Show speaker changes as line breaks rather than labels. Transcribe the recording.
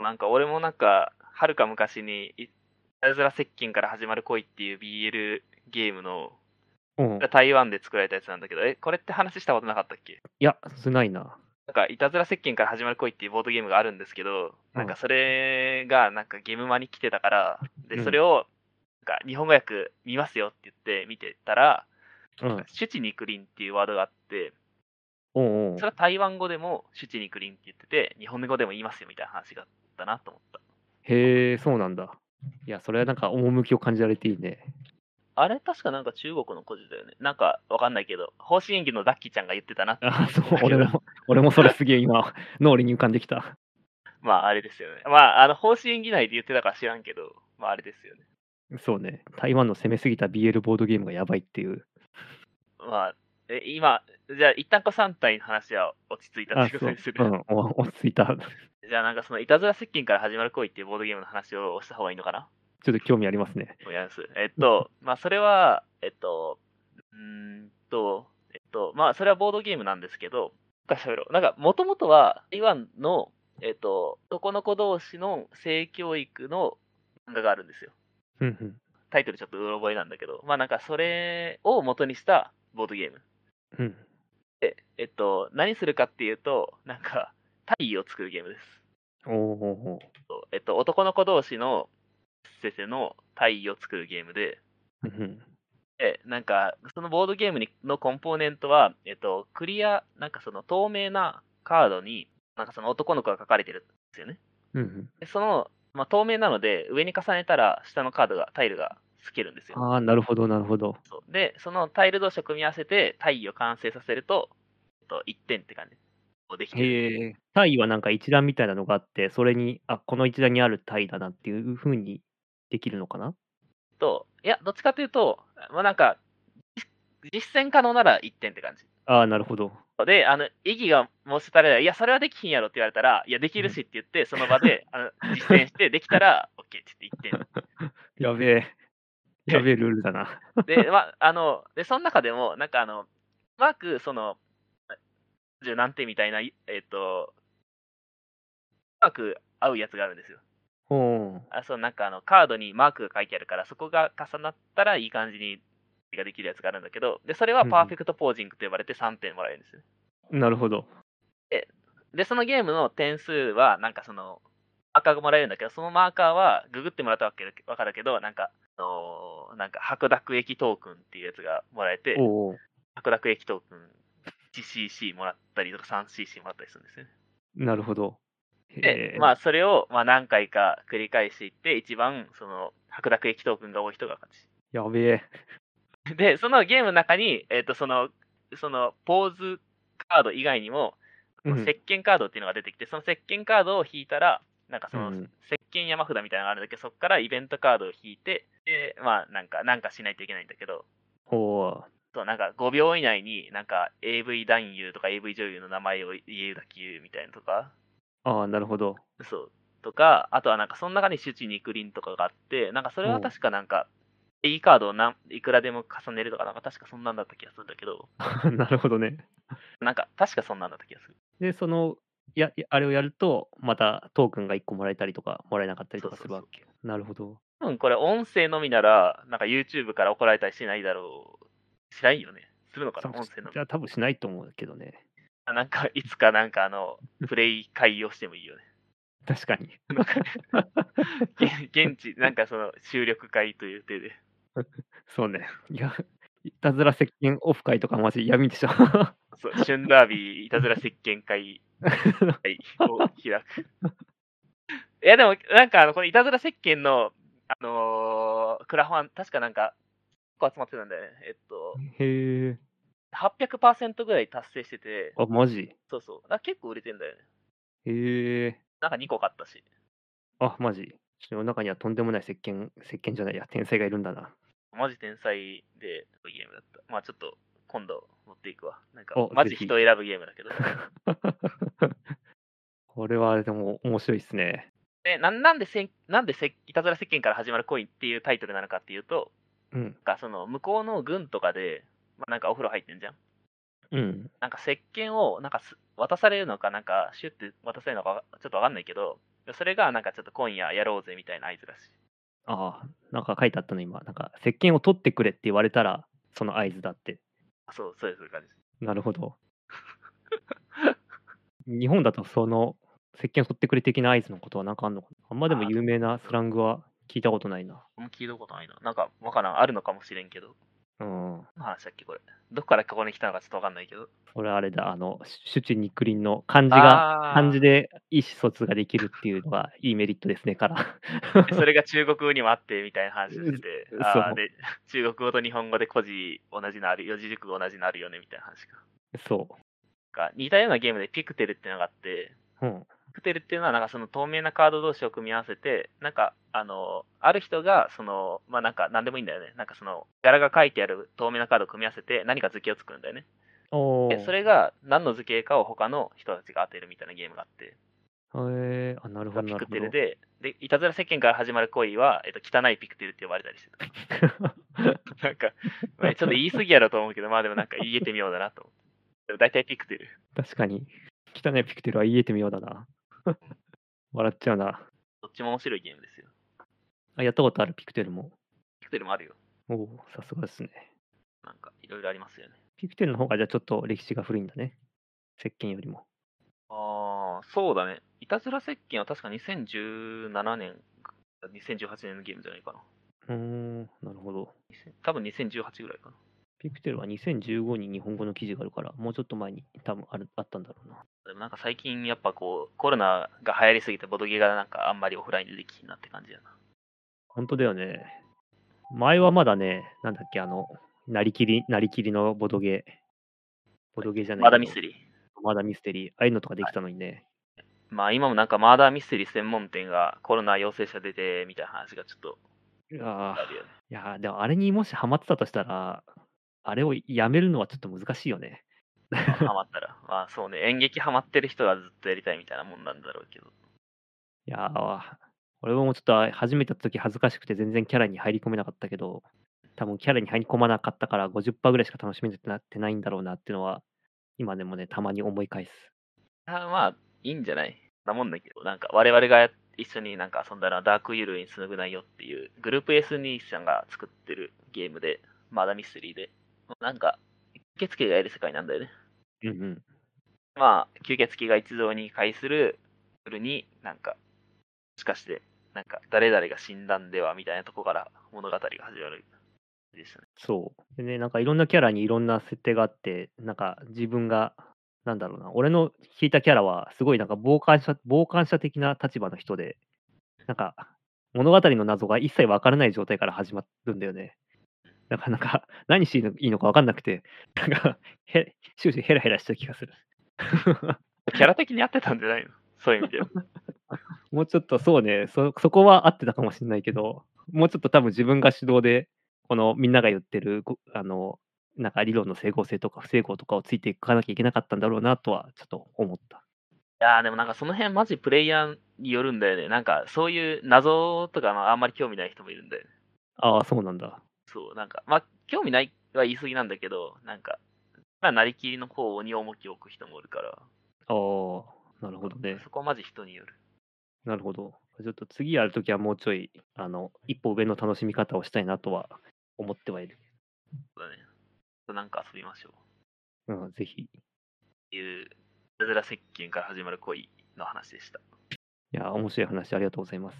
なんか俺もなんか、はるか昔に、いたずら接近から始まる恋っていう BL ゲームの、
うん。い
台湾で作られたやつなんだけど、え、これって話したことなかったっけ
や、それないな。
なんか、いたずら接近から始まる恋っていうボードゲームがあるんですけど、
うん
なんかそれが、なんかゲームマに来てたから、
う
で、
ん
それを、なんか日本語訳見ますよって言って見てたら、
うん。
シュチニクリンっていうワードがあって、
うんうん
それは台湾語でもシュチニクリンって言ってて、日本語でも言いますよみたいな話があったなと思った。
へえ、そうなんだ。いや、それはなんか趣を感じられていいね。
あれ確かなんか中国の故事だよね。なんかわかんないけど、方針演技のダッキーちゃんが言ってたなって
あ、そう、俺も、俺もそれすげえ今、脳裏に浮かんできた。
まああれですよね。まあ、あの、方針演技内で言ってたから知らんけど、まああれですよね。
そうね。台湾の攻めすぎた BL ボードゲームがやばいっていう。
まあ、え、今、じゃあ一旦こう3体の話は落ち着いた
あ、
って
そ
こと
う
にす。
う
る。
ん、お落ち着いた。ちょ
じゃあなんかその、いたずら接近から始まる恋っていうボードゲームの話をした方がいいのかな
っと興味ありますね。
おやす。えっと、まあ、それは、えっと、うーんと、えっと、まあ、それはボードゲームなんですけど、なんか喋ろう。なんか、もともとは、台湾の、えっと、男の子同士の性教育の漫画があるんですよ。
うんうん。
タイトルちょっとうろ覚えなんだけど、まあ、なんか、それを元にしたボードゲーム。
うん。
で、えっと、何するかっていうと、なんか、タイを作るゲームです。
おーお
とえっと、男の子同士の、先生のタイを作るゲームで、
ーおーうん
で、なんか、そのボードゲームにのコンポーネントは、えっと、クリア、なんかその透明なカードに、なんかその男の子が書かれてるんですよね。
うん。うん
でその、まあ、透明なので、上に重ねたら、下のカードが、タイルがつけるんです
うん。
よ。
ああ、なるほど、なるほど。
そうで、そのタイル同士を組み合わせて、タイを完成させると、えっと、1点って感じ。こうできてる
へえ。タイはなんか一覧みたいなのがあって、それに、あ、この一覧にあるタイだなっていうふうにできるのかな
と、いや、どっちかというと、まあ、なんか、実実践可能なら1点って感じ。
ああ、なるほど。
で、あの、意義が申し立たれない、いや、それはできひんやろって言われたら、いや、できるしって言って、その場 で、あの、実践して、できたら、OK って言って1
やべえ。やべえルールだな。
点。で、まあ、あの、で、その中でも、なんかあの、うまく、その、十何点みたいな、えっと、うまく合うやつがあるんですよ。
おー
あ、そう、なんかあの、カードにマークが書いてあるから、そこが重なったらいい感じに、ができるやつがあるんだけど、で、それはパーフェクトポージングと呼ばれて3点もらえるんですよ。
なるほど。
で、そのゲームの点数は、なんかその、マーカーがもらえるんだけど、そのマーカーは、ググってもらったわけだわかるけど、なんか、あのーなんか白濁液トークンっていうやつがもらえて、
おお。
白濁液トークン 1cc もらったりとか 3cc もらったりするんですよね。
なるほど。へ
で
え、
まあ、それを、まあ、何回か繰り返していって、一番、その、白濁液トークンが多い人が勝
やべえ。
ち。で、そのゲームの中に、えっ、と、その、その、ポーズカード以外にも、
うん
石鹸カードっていうのが出てきて、その石鹸カードを引いたら、なんかその、
うん
石鹸山札みたいなのがあるんだけど、そこからイベントカードを引いて、で、まあ、なんか、なんかしないといけないんだけど、
おお
そう、なんか5秒以内に、なんか AV 男優とか AV 女優の名前を言えるだけ言うみたいなとか、
ー。ああ、なるほど。
そう、とか、あとはなんか、その中にシュチ肉林とかがあって、なんかそれは確かなんか、いいカードをなんいくらでも重ねるとか、なんか確かそんなんだった気がするんだけど、
なるほどね。
なんか確かそんなんだった気がする。
で、その、や、やあれをやると、またトークンが1個もらえたりとか、もらえなかったりとかするわけ。
け
なるほど。
多分これ音声のみなら、なんか YouTube から怒られたりしないだろう。しないよね。するのかな、音声のみ
じ。ゃあ多分しないと思うけどね。
あなんか、いつかなんかあの、プレイ会をしてもいいよね。
確かに。
なんか、げ 現地、なんかその、収録会という手で。
そうね。いや、 いたずら接近オフ会とかマジ闇でしょ。
そう、旬ダービーいたずら石鹸会会を開く。いや、でも、なんかあの、このいたずら石鹸の、あのークラファン、確かなんか、結構集まってたんだよね。えっと、
へえ。
800%ぐらい達成してて、
あ、マジ
そうそう。だから結構売れてんだよね。
へえ。
なんか2個買ったし。
あ、マジ。ちょっと世の中にはとんでもない石鹸、石鹸じゃないや、天才がいるんだな。
マジ天才で、すごいゲームだった。まあちょっと、今度持っていくわ。なんか
お、
マジ
ぜひ
人選ぶゲームだ けど。
これはでも面白いですね。
で、なんなんでせん、なんでせいたずら世間から始まる恋っていうタイトルなのかっていうと、
うん。
なんかその、向こうの軍とかで、まあなんかお風呂入ってんじゃん。
うん。
なんか石鹸を、なんかす渡されるのか、なんかシュって渡されるのか、ちょっとわかんないけど、それがなんかちょっと今夜やろうぜみたいな合図らしい。
ああ、なんか書いてあったの今。なんか、石鹸を取ってくれって言われたら、その合図だって。
あそう、そうです、そういう感じです。
なるほど。 日本だとその石鹸を取ってくれ的な合図のことはなんかあんのかなあんまでも
あー
有名なスラングは聞いたことないな。
あんま聞いたことないな。なんか、わからん、あるのかもしれんけど。
うん。
何の話だっけ、これ。どっからここに来たのかちょっとわかんないけど。
それあれだ、あの、シュチニクリンの漢字が、
あ
漢字で意思疎通ができるっていうのがいいメリットですね、から。
で それが中国語にもあってみたいな話をしてて
う、ん
あ
そ
ー
う
で中国語と日本語で個字同じのある、四字熟語同じのあるよねみたいな話か。
そ
が似たようなゲームでピクテルっていうのがあって、
う。うん。
ピクテルっていうのはなんかその透明なカード同士を組み合わせて、なんかあの、ある人がその、まあなんか何でもいいんだよね。なんかその柄が書いてある透明なカードを組み合わせて何か図形を作るんだよね。
お
で
ー
それが何の図形かを他の人たちが当てるみたいなゲームがあって、
へーあ、なるほど、
ピ
なる
ク
ほ
テ
ど
ル。で、で、いたずら世間から始まる行為は、えっと、汚いピクテルって呼ばれたりしてた。なんか、まあちょっと言い過ぎやろと思うけど、まあでもなんか言えてみようだなと思って。でも大体ピクテル。
確かに。汚いピクテルは言えてみようだな。 笑っちゃうな。
どっちも面白いゲームですよ。
あ、やったことあるピクテルも。
ピクテルもあるよ。
おお、さすがですね。
なんか、いろいろありますよね。
ピクテルの方がじゃあちょっと歴史が古いんだね。石鹸よりも。
ああ、そうだね。いたずら石鹸は確か2017年、2018年のゲームじゃないかな。
うーん、なるほど。
2000多分2018ぐらいかな。
ピクテルは2015に日本語の記事があるから、もうちょっと前に多分あるあったんだろうな。
でもなんか最近やっぱこう、コロナが流行りすぎて、ボドゲがなんかあんまりオフラインでできひんなって感じやな。
本当だよね。前はまだね、なんだっけ、あの、なりきり、なりきりのボドゲ。ボドゲじゃない
ま
けど。
だミステリー。
まだミステリー。ああいうのとかできたのにね。
まあ今もなんかマーダーミステリー専門店がコロナ陽性者出てみたいな話がちょっと
いやー
あるよね。
いやーでもあれにもしハマってたとしたら、あれをやめるのはちょっと難しいよね。
まあハマったら。 まあそうね、演劇ハマってる人がずっとやりたいみたいなもんなんだろうけど。
いやー俺もちょっと初めてやった時恥ずかしくて全然キャラに入り込めなかったけど、多分キャラに入り込まなかったから50%ぐらいしか楽しめてなってないんだろうなっていうのは、今でもね、たまに思い返す。
あまあいいんじゃないなもんだけど、なんか我々が一緒になんか遊んだのはダークユールにつなぐないよっていうグループ S 兄さんが作ってるゲームで、マーダーミステリーで、なんか受付がやる世界なんだよね。
うんうん。
まあ、吸血鬼が一堂に会する夜に、なんか、もしかして、なんか、誰々が死んだんではみたいなとこから物語が始まるでしたね。
そう。でね、なんかいろんなキャラにいろんな設定があって、なんか自分が、なんだろうな、俺の引いたキャラはすごいなんか傍観者、傍観者的な立場の人で、なんか物語の謎が一切わからない状態から始まるんだよね。なかなか何していいのいいのかわかんなくて、なんかへ終始ヘラヘラした気がする。
キャラ的に合ってたんじゃないのそういう意味では。
もうちょっとそうねそ、そこは合ってたかもしれないけど、もうちょっと多分自分が主導で、このみんなが言ってる、こあの、なんか理論の整合性とか不整合とかをついていかなきゃいけなかったんだろうなとはちょっと思った。
いやーでもなんかその辺マジプレイヤーによるんだよね。なんかそういう謎とかまああんまり興味ない人もいるんだよね。
ああ、そうなんだ。
そう、なんか、まあ興味ないは言い過ぎなんだけど、なんか、まあなりきりの方に重きを置く人もいるから、
ああ、なるほどね。
そこはマジ人による。
なるほど。ちょっと次やるときはもうちょい、あの、一歩上の楽しみ方をしたいなとは思ってはいる。
そうだね。なんか遊びましょう。
うん、ぜひ。い
っていう、いたずら接近から始まる恋の話でした。
や、面白い話ありがとうございます。